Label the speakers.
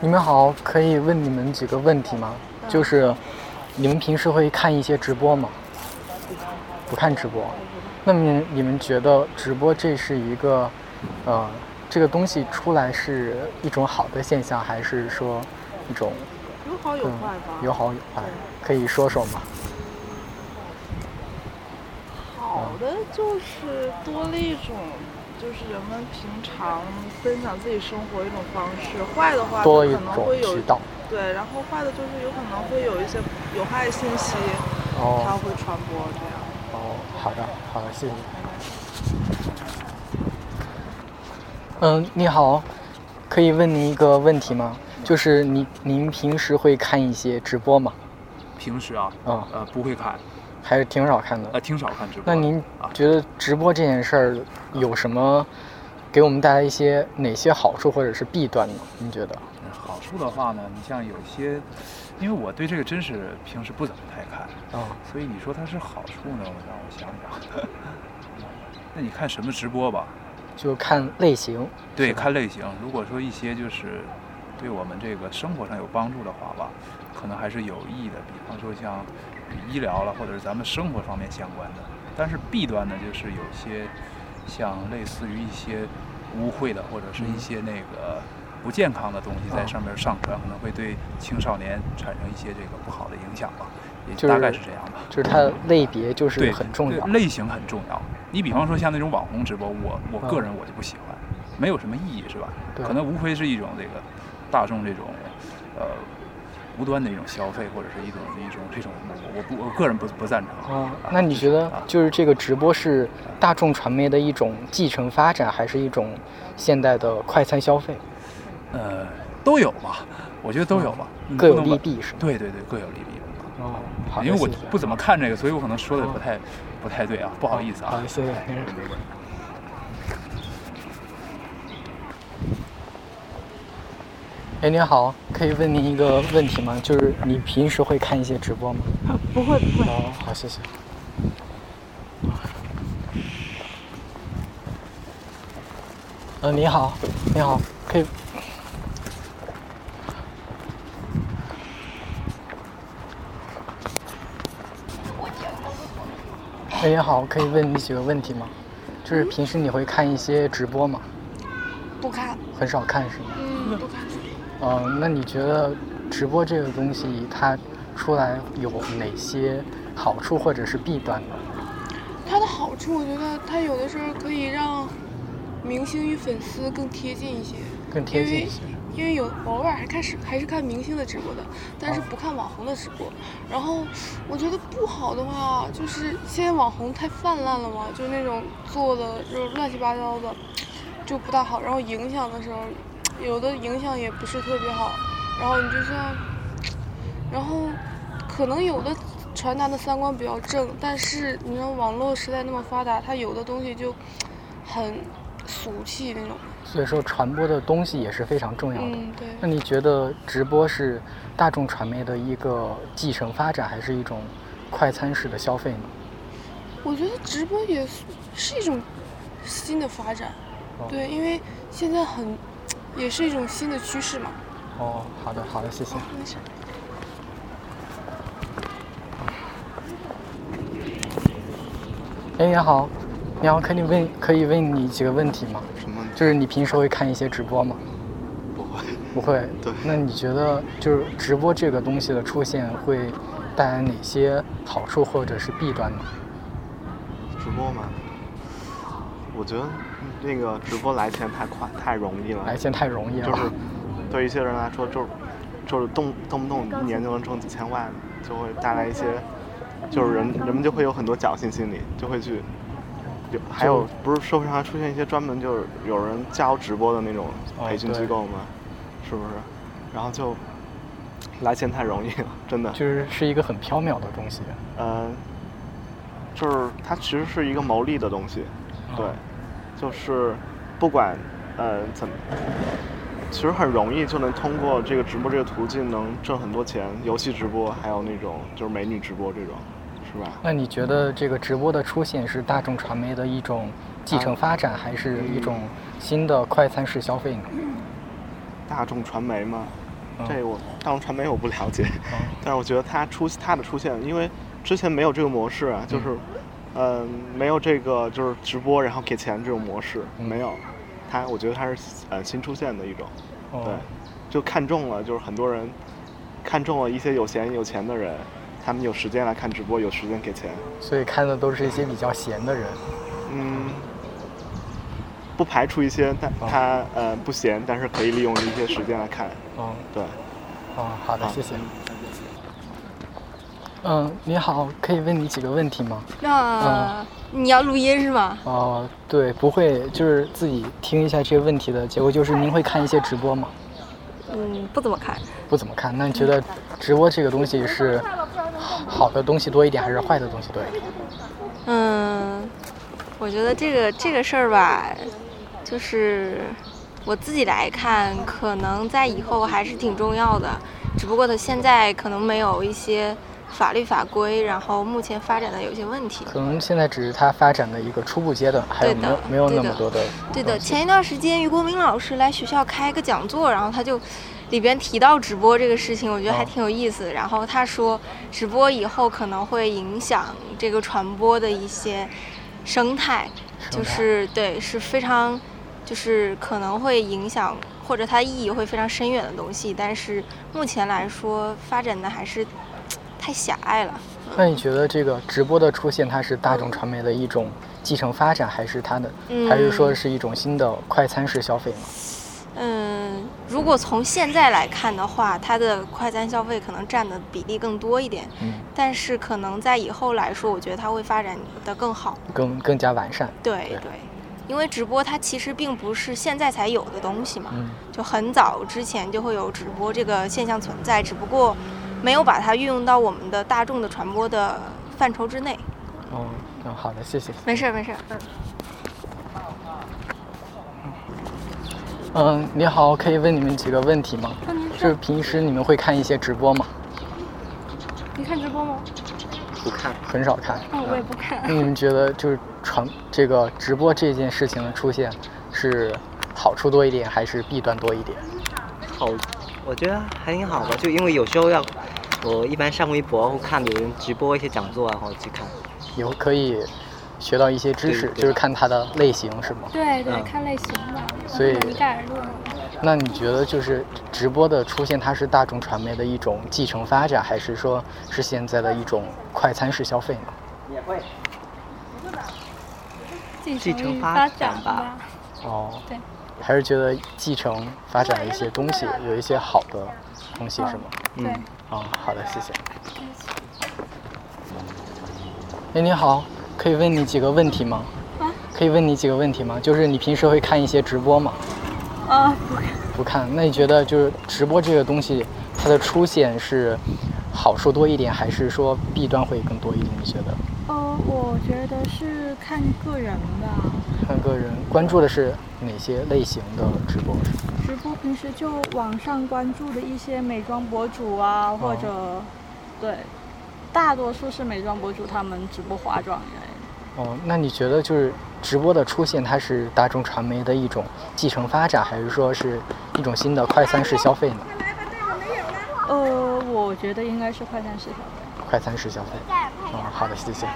Speaker 1: 你们好，可以问你们几个问题吗？
Speaker 2: 嗯
Speaker 1: 就是你们平时会看一些直播吗？不看直播。那么你们觉得直播这是一个，呃，这个东西出来是一种好的现象，还是说一种
Speaker 2: 有好有
Speaker 1: 嗯
Speaker 2: 坏吧。
Speaker 1: 有好有坏？可以说说吗？
Speaker 2: 好的
Speaker 1: 嗯
Speaker 2: 就是多了一种，就是人们平常分享自己生活一种方式；坏的话，它
Speaker 1: 多了一
Speaker 2: 可能
Speaker 1: 种
Speaker 2: 会有
Speaker 1: 渠道。
Speaker 2: 对，然后坏的就是有可能会有一些有害信息，它
Speaker 1: 哦
Speaker 2: 会传播这样。
Speaker 1: 哦，好的好的，谢谢。嗯，你好，可以问您一个问题吗？就是你您平时会看一些直播吗？
Speaker 3: 平时啊，
Speaker 1: 啊、
Speaker 3: 呃，不会看，
Speaker 1: 还是挺少看的。
Speaker 3: 呃，挺少看直播
Speaker 1: 那
Speaker 3: 的。
Speaker 1: 您
Speaker 3: 啊
Speaker 1: 觉得直播这件事儿有什么给我们带来一些哪些好处或者是弊端呢？您觉得？
Speaker 3: 嗯好处的话呢，你像有些，因为我对这个真是平时不怎么太看，
Speaker 1: 啊、
Speaker 3: 所以你说它是好处呢，我让我想想。 那你看什么直播吧？
Speaker 1: 就看类型。
Speaker 3: 对，看类型。如果说一些就是对我们这个生活上有帮助的话吧，可能还是有益的。比方说像医疗了，或者是咱们生活方面相关的。但是弊端呢，就是有些像类似于一些污秽的，或者是
Speaker 1: 嗯
Speaker 3: 一些那个不健康的东西
Speaker 1: 哦
Speaker 3: 在上面上传，可能会对青少年产生一些这个不好的影响吧。也
Speaker 1: 就是
Speaker 3: 大概是这样吧。
Speaker 1: 就是它的类别就是
Speaker 3: 对，
Speaker 1: 很重
Speaker 3: 对
Speaker 1: 要。
Speaker 3: 类型很重要。你比方说像那种网红直播，我我
Speaker 1: 嗯
Speaker 3: 个人我就不喜欢，没有什么意义是吧？
Speaker 1: 对
Speaker 3: 可能无非是一种这个大众这种呃无端的一种消费，或者是一种一种这种我我不我个人不不赞成。
Speaker 1: 哦
Speaker 3: 啊，
Speaker 1: 那你
Speaker 3: 是
Speaker 1: 觉得
Speaker 3: 啊
Speaker 1: 就是这个直播是大众传媒的一种继承发展，还是一种现代的快餐消费？
Speaker 3: 呃都有吧？我觉得都有吧，
Speaker 1: 嗯
Speaker 3: 你
Speaker 1: 各
Speaker 3: 不
Speaker 1: 有
Speaker 3: 能
Speaker 1: 利
Speaker 3: 把。
Speaker 1: 弊是吗？
Speaker 3: 对对对，各有利弊。
Speaker 1: 哦，好的，
Speaker 3: 因为我
Speaker 1: 谢谢
Speaker 3: 不怎么看这个，所以我可能说的不
Speaker 1: 哦
Speaker 3: 太不太对啊，不好意思啊。
Speaker 1: 好的，谢谢，没事。哎，你好，可以问您一个问题吗？就是你平时会看一些直播吗？
Speaker 2: 不会不会，
Speaker 1: 哦，好，谢谢。呃，你好，你好，可以。哎，你好，可以问你几个问题吗？就是平时你会看一些直播吗？
Speaker 2: 不看，
Speaker 1: 很少看是吗？
Speaker 2: 嗯，不看。
Speaker 1: 呃，那你觉得直播这个东西它出来有哪些好处或者是弊端呢？
Speaker 4: 它的好处，我觉得它有的时候可以让明星与粉丝更贴近一些，
Speaker 1: 更贴近一些。
Speaker 2: 嗯
Speaker 4: 因为有偶尔还看是还是看明星的直播的，但是
Speaker 1: 哦
Speaker 4: 不看网红的直播。然后我觉得不好的话，就是现在网红太泛滥了嘛，就那种做的就是乱七八糟的，就不大好。然后影响的时候，有的影响也不是特别好。然后你就像，然后可能有的传达的三观比较正，但是你知道网络时代那么发达，它有的东西就很俗气那种。
Speaker 1: 所以说传播的东西也是非常重要的。
Speaker 4: 嗯，对。
Speaker 1: 那你觉得直播是大众传媒的一个继承发展，还是一种快餐式的消费呢？
Speaker 4: 我觉得直播也是是一种新的发展，
Speaker 1: 哦
Speaker 4: 对，因为现在很也是一种新的趋势嘛。
Speaker 1: 哦，好的，好的，谢谢。
Speaker 4: 没事。
Speaker 1: 哎，你好，你好，可以问可以问你几个问题吗？
Speaker 5: 什么？
Speaker 1: 就是你平时会看一些直播吗？
Speaker 5: 不会，
Speaker 1: 不会。
Speaker 5: 对
Speaker 1: 那你觉得就是直播这个东西的出现会带来哪些好处或者是弊端呢？
Speaker 5: 直播吗？我觉得那个直播来钱太快，太容易了
Speaker 1: 来，钱太容易了。
Speaker 5: 就是对一些人来说，就是就是动动不动一年就能挣几千万，就会带来一些，就是人人们就会有很多侥幸心理，就会去。有还有，不是社会上还出现一些专门就是有人教直播的那种
Speaker 1: 哦
Speaker 5: 培训
Speaker 1: 对
Speaker 5: 机构吗？是不是？然后就来钱太容易了，真的。
Speaker 1: 就是是一个很缥缈的东西。
Speaker 5: 呃，就是它其实是一个牟利的东西，对，就是不管呃怎么，其实很容易就能通过这个直播这个途径能挣很多钱，游戏直播还有那种就是美女直播这种，是吧？
Speaker 1: 那你觉得这个直播的出现是大众传媒的一种继
Speaker 5: 啊
Speaker 1: 承发展，
Speaker 5: 嗯
Speaker 1: 还是一种新的快餐式消费呢？
Speaker 5: 大众传媒嘛，
Speaker 3: 嗯
Speaker 5: 这我大众传媒我不了解，
Speaker 3: 嗯
Speaker 5: 但是我觉得它出它的出现，因为之前没有这个模式啊，就是，嗯、没有这个就是直播然后给钱这种模式，
Speaker 3: 嗯
Speaker 5: 没有，它我觉得它是呃新出现的一种，
Speaker 3: 哦
Speaker 5: 对，就看中了，就是很多人看中了一些有闲有钱的人，他们有时间来看直播，有时间给钱，
Speaker 1: 所以看的都是一些比较闲的人。
Speaker 5: 嗯，不排除一些但
Speaker 1: 哦
Speaker 5: 他呃不闲，但是可以利用一些时间来看，
Speaker 1: 哦
Speaker 5: 对，
Speaker 1: 哦，好的，
Speaker 5: 好
Speaker 1: 谢谢。嗯，你好，可以问你几个问题吗？
Speaker 6: 那你要录音是吗？
Speaker 1: 哦，对，不会，就是自己听一下这个问题的结果，就是您会看一些直播吗？
Speaker 6: 嗯，不怎么看。
Speaker 1: 不怎么看。那你觉得直播这个东西是好的东西多一点，还是坏的东西多一点？
Speaker 6: 嗯，我觉得这个这个事儿吧，就是我自己来看，可能在以后还是挺重要的，只不过它现在可能没有一些法律法规，然后目前发展的有一些问题。
Speaker 1: 可能现在只是它发展的一个初步阶段，还有
Speaker 6: 对
Speaker 1: 没
Speaker 6: 的
Speaker 1: 有没有
Speaker 6: 对
Speaker 1: 那
Speaker 6: 的
Speaker 1: 么多的
Speaker 6: 对的，
Speaker 1: 东西
Speaker 6: 前一段时间于国明老师来学校开一个讲座，然后他就里边提到直播这个事情，我觉得还
Speaker 1: 哦
Speaker 6: 挺有意思。然后他说，直播以后可能会影响这个传播的一些生态，
Speaker 1: 生
Speaker 6: 就
Speaker 1: 态
Speaker 6: 是对，是非常，就是可能会影响或者它意义会非常深远的东西。但是目前来说，发展的还是太狭隘了。
Speaker 1: 那你觉得这个直播的出现，它是大众传媒的一种继承发展，还是它的，还是说
Speaker 6: 嗯
Speaker 1: 是一种新的快餐式消费呢？
Speaker 6: 嗯，如果从现在来看的话，它的快餐消费可能占的比例更多一点，
Speaker 1: 嗯，
Speaker 6: 但是可能在以后来说，我觉得它会发展的更好。
Speaker 1: 更更加完善。
Speaker 6: 对
Speaker 1: 对
Speaker 6: 对，因为直播它其实并不是现在才有的东西嘛，
Speaker 1: 嗯
Speaker 6: 就很早之前就会有直播这个现象存在，只不过没有把它运用到我们的大众的传播的范畴之内。
Speaker 1: 哦，那好的，谢谢。
Speaker 6: 没事儿没事儿，嗯。
Speaker 1: 嗯，你好，可以问你们几个问题吗？
Speaker 4: 嗯
Speaker 1: 就是平时你们会看一些直播吗？
Speaker 4: 你看直播吗？
Speaker 5: 不看。
Speaker 1: 很少看。
Speaker 4: 嗯，我也不看。
Speaker 1: 那你们觉得就是传这个直播这件事情的出现，是好处多一点，还是弊端多一点？
Speaker 7: 好，我觉得还挺好吧，就因为有时候要，我一般上微博会看有人直播一些讲座啊，然后去看。
Speaker 1: 以后可以学到一些知识，
Speaker 7: 对对
Speaker 1: 就是看它的类型，是吗？
Speaker 4: 对对，
Speaker 7: 嗯
Speaker 4: 看类型吧。
Speaker 1: 所以
Speaker 4: 我不嗯能一概而论。
Speaker 1: 那你觉得就是直播的出现，它是大众传媒的一种继承发展，还是说是现在的一种快餐式消费呢？
Speaker 7: 也会。
Speaker 4: 继
Speaker 7: 承
Speaker 4: 与
Speaker 7: 发展
Speaker 4: 展
Speaker 7: 吧。
Speaker 1: 哦，
Speaker 4: 对，
Speaker 1: 还是觉得继承发展了一些东西，有一些好的东西是吗？
Speaker 4: 嗯对，
Speaker 1: 哦，好的，谢谢。哎，你好，可以问你几个问题吗？
Speaker 6: 啊？
Speaker 1: 可以问你几个问题吗？就是你平时会看一些直播吗？
Speaker 8: 呃
Speaker 6: 啊，
Speaker 1: 不看。那你觉得就是直播这个东西，它的出现是好处多一点，还是说弊端会更多一点？你觉得？
Speaker 8: 呃，我觉得是看个人吧。
Speaker 1: 看个人关注的是哪些类型的直播？
Speaker 8: 直播平时就网上关注的一些美妆博主啊，或者、对，大多数是美妆博主他们直播化妆之类的。
Speaker 1: 哦，那你觉得就是直播的出现，它是大众传媒的一种继承发展，还是说是一种新的快餐式消费呢？
Speaker 8: 呃，我觉得应该是快餐市场。
Speaker 1: 快餐式消费。哦，好的，谢谢。